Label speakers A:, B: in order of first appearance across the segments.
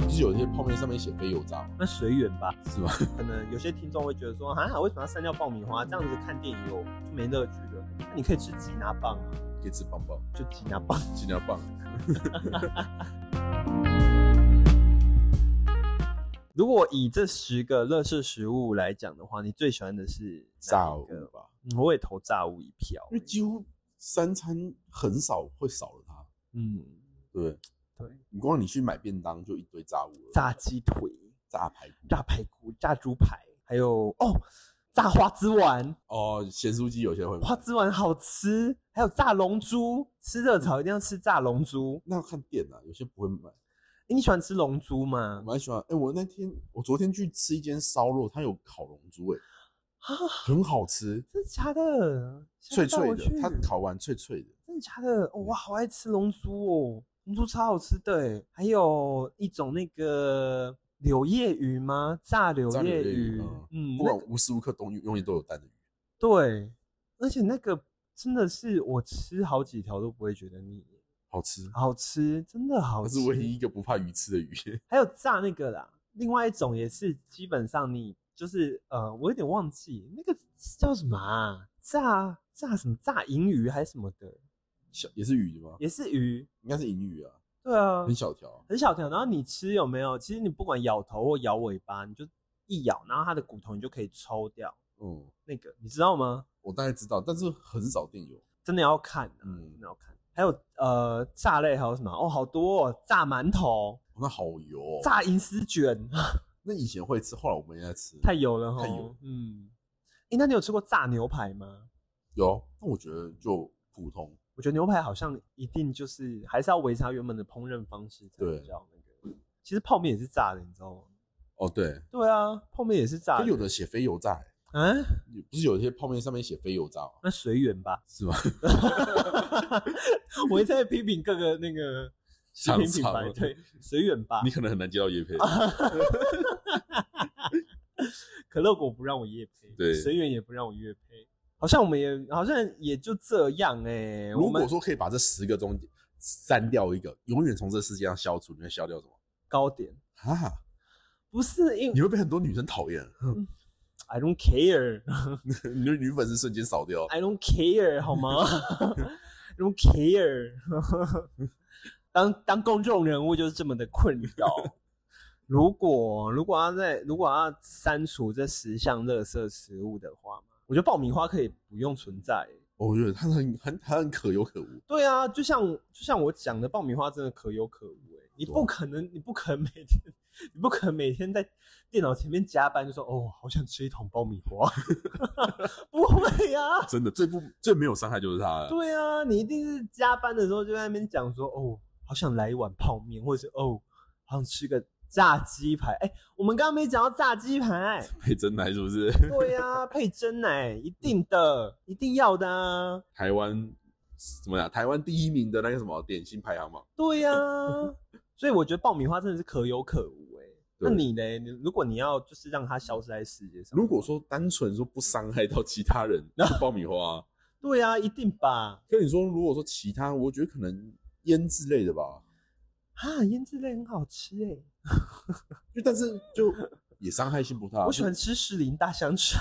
A: 就是有一些泡面上面写非油炸，
B: 那随缘吧。
A: 是 吗？
B: 可能有些听众会觉得说，啊，为什么要删掉爆米花？这样子看电影有就没乐趣了。那你可以吃吉拿棒啊，
A: 可以吃棒棒，
B: 就吉拿棒。
A: 尽量棒。
B: 如果以这十个乐事食物来讲的话，你最喜欢的是
A: 炸
B: 哪
A: 物
B: 一个
A: 吧，
B: 嗯我也投炸物一票
A: 因。为几乎三餐很少会少了它，
B: 嗯，
A: 对不对？
B: 对，
A: 你光你去买便当就一堆炸物了，
B: 炸鸡腿、
A: 炸排骨，
B: 炸排骨、炸猪排，还有哦，炸花枝丸，
A: 哦，咸酥鸡有些会买
B: 花枝丸好吃，还有炸龙珠，吃热炒一定要吃炸龙珠。
A: 那要看店啊，有些不会买。
B: 诶你喜欢吃龙珠
A: 我
B: 吗？
A: 蛮喜欢，哎、我那天我昨天去吃一间烧肉，它有烤龙珠、哎，
B: 啊，
A: 很好吃，
B: 真的假的？
A: 脆
B: 下次带
A: 脆
B: 我
A: 的
B: 去，
A: 它烤嗯完脆脆的。
B: 真的假的？哦、我好爱吃龙珠哦，龙珠超好吃的欸。还有一种那个柳叶鱼吗？炸柳
A: 炸柳
B: 叶
A: 叶鱼
B: 鱼，嗯，
A: 不
B: 那
A: 管
B: 个
A: 无时无刻都永远都有蛋的鱼，
B: 对，而且那个真的是我吃好几条都不会觉得腻，
A: 好吃，
B: 好吃，真的好
A: 它
B: 吃
A: 是。唯一一个不怕鱼吃的鱼。
B: 还有炸那个啦，另外一种也是基本上你就是呃，我有点忘记那个叫什么啊？炸炸什么炸银鱼还是什么的，
A: 小也是鱼的吗？
B: 也是鱼。
A: 应该是银鱼啊，
B: 对啊，
A: 很小条啊、
B: 很小条，然后你吃有没有？其实你不管咬头或咬尾巴，你就一咬，然后它的骨头你就可以抽掉
A: 嗯，
B: 那个，你知道吗？
A: 我大概知道，但是很少店有。
B: 真的要看、啊，
A: 嗯
B: 真的要看。还有呃，炸类还有什么？哦，好多、哦、炸馒头、
A: 哦那好油、哦，
B: 炸银丝卷，
A: 那以前会吃，后来我们也在吃。
B: 太油了哈。
A: 太油，
B: 嗯。诶，那你有吃过炸牛排吗？
A: 有，但我觉得就普通。
B: 我觉得牛排好像一定就是还是要维持它原本的烹饪方式才
A: 对
B: 比较那个。其实泡面也是炸的，你知道吗？
A: 哦，对，
B: 对啊，泡面也是炸
A: 它
B: 的。
A: 有的写非油炸、欸，
B: 嗯、
A: 不是有一些泡面上面写非油炸吗？
B: 那随缘吧。
A: 是吗？
B: 我一直在批评各个那个食品品牌，
A: 厂商啊
B: 对，随缘吧。
A: 你可能很难接到叶配。
B: 啊可乐果不让我夜配，
A: 对
B: 随缘也不让我夜配，好像我们也好像也就这样哎、我
A: 如
B: 们
A: 果说可以把这十个中间删掉一个，永远从这世界上消除，你会消掉什么？
B: 糕点
A: 啊，
B: 不是因为
A: 你会被很多女生讨厌，
B: I don't care，I
A: 你的女粉丝瞬间扫掉。
B: don't care 好吗 ？I don't care 当当公众人物就是这么的困扰。 如果如果要在如果要删除这十项垃圾食物的话嘛，我觉得爆米花可以不用存在。
A: 哦我觉得他很很他很可有可无，
B: 对啊，就像就像我讲的，爆米花真的可有可无、欸。你
A: 对啊
B: 不可能，你不可能每天，你不可能每天在电脑前面加班，就说哦，好想吃一桶爆米花。 不会呀、啊，
A: 真的最不最没有伤害就是他了。
B: 对啊，你一定是加班的时候就在那边讲说，哦，好想来一碗泡面，或者是哦，好想吃个炸鸡排。哎、我们刚刚没讲到炸鸡排，哎
A: 配真奶是不是？
B: 对呀、配真奶一定的，一定要的啊，
A: 台湾怎么讲？台湾第一名的那个什么点心排行榜，
B: 对 呀、所以我觉得爆米花真的是可有可无、哎，那
A: 对
B: 你嘞？你如果你要就是让它消失在世界上，
A: 如果说单纯说不伤害到其他人，那爆米花、啊
B: 对呀、一定吧？
A: 跟你说，如果说其他，我觉得可能腌制类的吧，
B: 啊，腌制类很好吃哎、
A: 就但是 就也伤害性不大。
B: 我喜欢吃士林大香肠，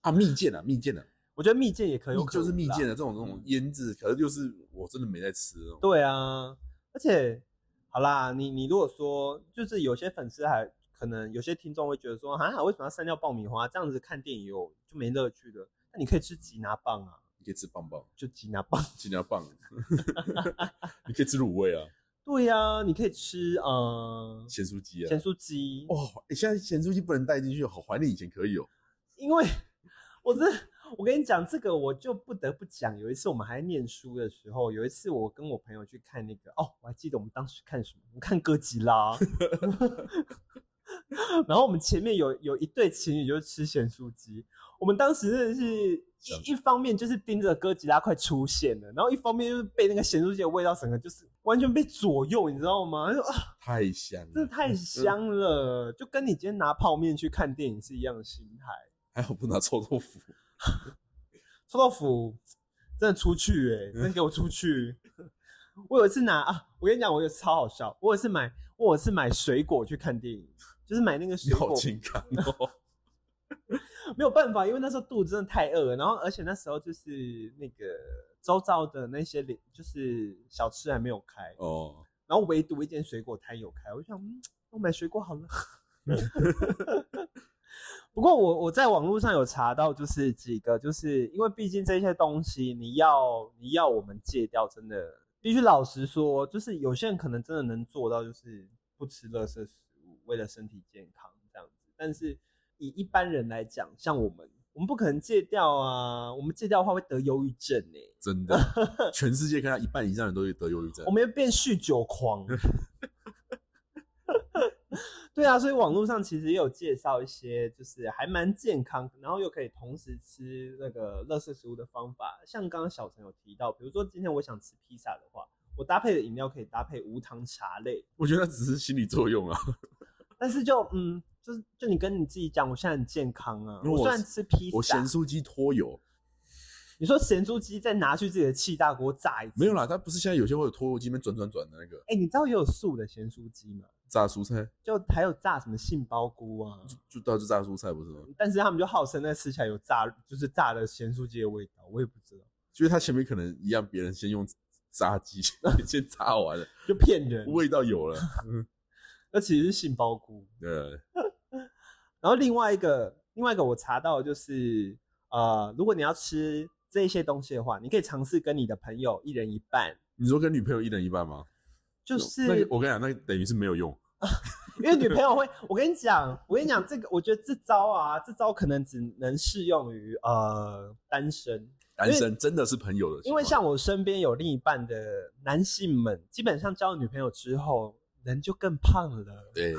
A: 啊，蜜饯啊，蜜饯啊，
B: 我觉得蜜饯也可有可无
A: 就
B: 啦嗯
A: 是蜜饯啊的这种这种腌制，可是就是我真的没在吃那种。
B: 对啊，而且好啦，你你如果说就是有些粉丝还可能有些听众会觉得说啊，为什么要删掉爆米花？这样子看电影有就没乐趣了。那你可以吃吉拿棒啊，
A: 你可以吃棒棒，
B: 就吉拿棒。
A: 尽量棒。 你可以吃卤味啊，
B: 对呀、你可以吃呃
A: 咸酥鸡啊
B: 咸。酥鸡，
A: 哇、欸现在咸酥鸡不能带进去，好怀念以前可以哦、
B: 因为我这我跟你讲这个，我就不得不讲，有一次我们还念书的时候，有一次我跟我朋友去看那个哦，我还记得我们当时看什么，我们看哥吉拉。 然后我们前面有有一对情侣就吃咸酥鸡，我们当时真的是
A: 想
B: 一一方面就是盯着哥吉拉快出现了，然后一方面就是被那个咸酥鸡的味道整个就是完全被左右，你知道吗？就啊，
A: 太香了，
B: 真的太香了，就跟你今天拿泡面去看电影是一样的心态。
A: 还好不拿臭豆腐。
B: 欸臭豆腐真的出去哎、真的给我出去！我有一次拿啊，我跟你讲，我有一次超好笑。我有一次买，我有一次买水果去看电影，就是买那个
A: 你
B: 水
A: 好
B: 果，
A: 情感 哦，
B: 没有办法，因为那时候肚子真的太饿了，然后而且那时候就是那个周遭的那些零，就是小吃还没有开，
A: 哦，
B: 然后唯独一间水果摊有开，我就想，嗯，我买水果好了。 不过我我在网络上有查到，就是几个，就是因为毕竟这些东西，你要你要我们戒掉，真的必须老实说，就是有些人可能真的能做到，就是不吃垃圾食物，为了身体健康这样子。但是以一般人来讲，像我们，我们不可能戒掉啊，我们戒掉的话会得忧郁症哎、
A: 真的，全世界看到一半以上人都会得忧郁症
B: 我。们要变酗酒狂。 对啊，所以网络上其实也有介绍一些，就是还蛮健康，然后又可以同时吃那个乐色食物的方法。像刚刚小陈有提到，比如说今天我想吃披萨的话，我搭配的饮料可以搭配无糖茶类，
A: 我觉得那只是心理作用啊，
B: 但是就嗯，就是就你跟你自己讲，我现在很健康啊，
A: 因为
B: 我
A: 我
B: 虽然吃披
A: 我
B: 萨
A: 咸，酥鸡脱油
B: 你说咸猪鸡再拿去自己的气大锅炸一次，
A: 没有？啦，它不是现在有些会有脱油机那边转转转的那个
B: 哎、你知道也有素的咸猪鸡吗？
A: 炸蔬菜，
B: 就还有炸什么杏鲍菇啊，
A: 就到就炸蔬菜不是吗？
B: 但是他们就号称那吃起来有炸，就是炸的咸酥鸡的味道，我也不知道，
A: 就是它前面可能一样，别人先用炸鸡 先炸完了，
B: 就骗人。
A: 味道有了，
B: 那其实是杏鲍菇。
A: 对，
B: 然后另外一个，另外一个我查到的就是，呃，如果你要吃这些东西的话，你可以尝试跟你的朋友一人一半，
A: 你说跟女朋友一人一半吗？
B: 就
A: 哦那
B: 是
A: 个我跟你讲，那个等于是没有用，
B: 因为女朋友会，我跟你讲，我跟你讲这个，我觉得这招啊，这招可能只能适用于呃单身，
A: 单身真的是朋友的情
B: 因
A: 况，
B: 为像我身边有另一半的男性们，基本上交了女朋友之后，人就更胖了。
A: 对，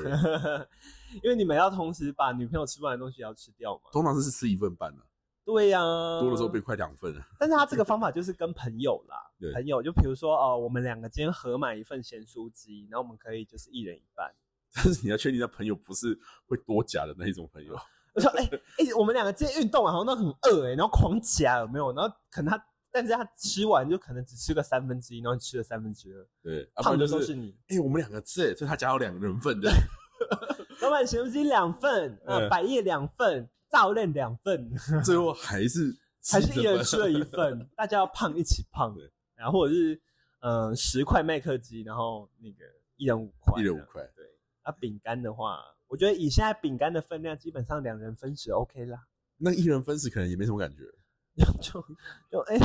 B: 因为你们要同时把女朋友吃不完的东西也要吃掉嘛。
A: 通常是吃一份半的，
B: 对呀、
A: 多的时候被。快两份了，
B: 但是他这个方法就是跟朋友啦
A: 对，
B: 朋友就比如说哦、我们两个今天合买一份咸酥鸡，然后我们可以就是一人一半。
A: 但是你要确定那朋友不是会多假的那一种朋友，
B: 我说哎哎、我们两个今天运动完好像都很饿哎、然后狂夹有没有？然后可能他，但是他吃完就可能只吃个三分之一，然后你吃了三分之二，
A: 对，啊不
B: 胖
A: 然
B: 的
A: 就
B: 都
A: 是
B: 是你。
A: 哎、我们两个吃、欸，所以他加到两人份 的，
B: 老板咸酥鸡两份，呃，
A: 嗯
B: 百叶两份，炸链两份，
A: 最后还是
B: 还
A: 吃
B: 是一
A: 着
B: 人
A: 饭
B: 吃了一 份，大家要胖一起胖
A: 对，
B: 然后或者是嗯十块麦克鸡，然后那个一人五块，
A: 一人五块，
B: 对。那饼干的话，我觉得以现在饼干的分量，基本上两人分食 OK 啦，
A: 那一人分食可能也没什么感觉。
B: 就就哎、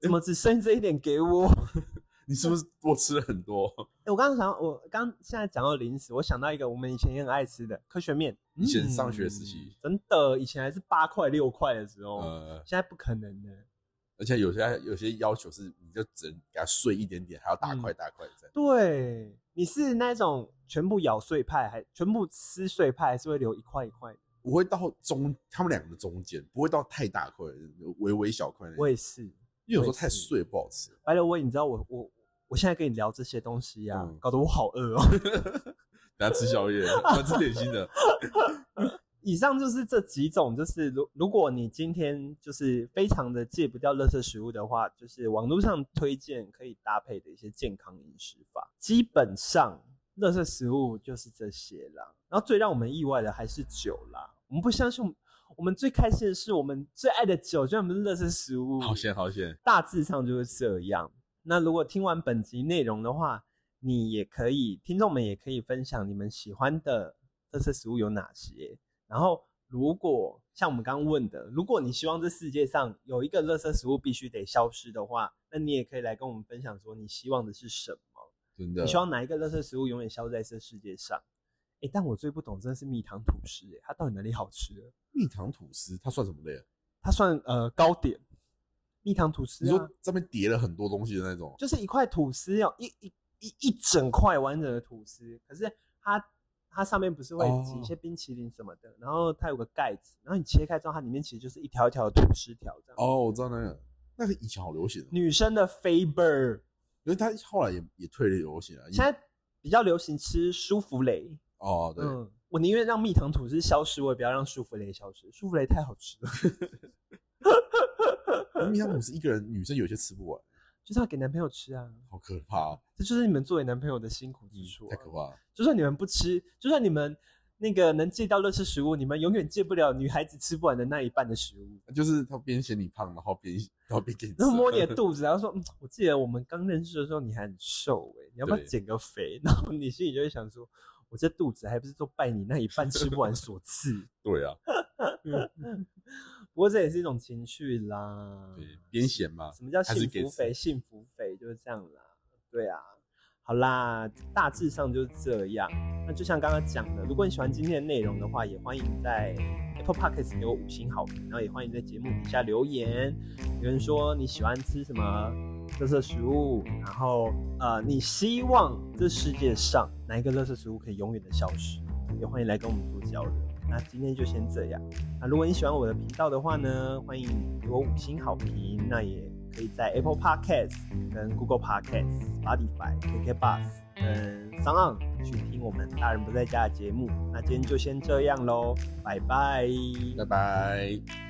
B: 怎么只剩这一点给 我？
A: 你是不是多吃了很多？
B: 哎我刚刚想，我刚现在讲到零食，我想到一个我们以前也很爱吃的科学面，
A: 以前
B: 嗯
A: 上学时期
B: 真的，以前还是八块六块的时候，
A: 呃，
B: 现在不可能的。
A: 而且有些有些要求是，你就只能给它碎一点点，还要大
B: 嗯
A: 块大块这样。
B: 对，你是那种全部咬碎派，还全部撕碎派，还是会留一块一块的？
A: 我会到中他们两个的中间，不会到太大块，微微小块那种。
B: 我也是。
A: 因为有时候太碎不好吃。
B: 白了我，你知道我我我现在跟你聊这些东西呀、啊，
A: 嗯
B: 搞得我好饿哦。
A: 等下吃宵夜， 我吃点心的。
B: 以上就是这几种，就是如如果你今天就是非常的戒不掉垃圾食物的话，就是网络上推荐可以搭配的一些健康饮食法。基本上，垃圾食物就是这些啦。然后最让我们意外的还是酒啦。我们不相信我们，我们最开心的是我们最爱的酒，居然不是垃圾食物。
A: 好险好险！
B: 大致上就是这样。那如果听完本集内容的话，你也可以，听众们也可以分享你们喜欢的特色食物有哪些。然后，如果像我们刚刚问的，如果你希望这世界上有一个垃圾食物必须得消失的话，那你也可以来跟我们分享说你希望的是什么，
A: 真的
B: 你希，望哪一个垃圾食物永远消失在这世界上？诶，但我最不懂真的是蜜糖吐司，诶，它到底哪里好吃了？
A: 蜜糖吐司它算什么类啊？
B: 它算呃糕点，蜜糖吐司、啊。
A: 你说上面叠了很多东西的那种，
B: 就是一块吐司要一一一一整块完整的吐司，可是它它上面不是会
A: 哦
B: 挤一些冰淇淋什么的，然后它有个盖子，然后你切开之后，它里面其实就是一条一条的吐司条这样。
A: 哦，我知道那个，那个以前好流行哦，
B: 女生的 Faber
A: 因为它后来也也退了流行了。
B: 现在比较流行吃舒芙蕾，
A: 哦，对，
B: 嗯，我宁愿让蜜糖吐司消失，我也不要让舒芙蕾消失，舒芙蕾太好吃了。
A: 因为蜜糖吐司一个人女生有些吃不完，
B: 就是要给男朋友吃啊。
A: 好可怕哦，
B: 这就是你们作为男朋友的辛苦之处、啊
A: 嗯太可怕了。
B: 就算你们不吃，就算你们那个能戒掉乐事食物，你们永远戒不了女孩子吃不完的那一半的食 物。
A: 就是他边嫌你胖，然后边然后边给你吃
B: 然后摸你的肚子，然后说：“嗯，我记得我们刚认识的时候你还很瘦诶、你要不要
A: 对
B: 减个肥？”然后你心里就会想说：“我这肚子还不是都拜你那一半吃不完所赐
A: 对啊，？”
B: 不过这也是一种情绪啦。
A: 对，边嫌嘛，
B: 什么叫
A: 还是
B: 幸
A: 给
B: 福
A: 吃
B: 肥？幸福肥就是这样啦。对啊，好啦，大致上就是这样。那就像刚刚讲的，如果你喜欢今天的内容的话，也欢迎在 Apple Podcast 给我五星好评，然后也欢迎在节目底下留言。有人说你喜欢吃什么垃圾食物，然后呃，你希望这世界上哪一个垃圾食物可以永远的消失，也欢迎来跟我们做交流。那今天就先这样。那如果你喜欢我的频道的话呢，欢迎给我五星好评。那也可以在 Apple Podcast、跟 Google Podcast、Spotify、KK Bus、跟 s o n 去听我们《大人不在家》的节目。那今天就先这样喽，拜拜
A: 拜拜。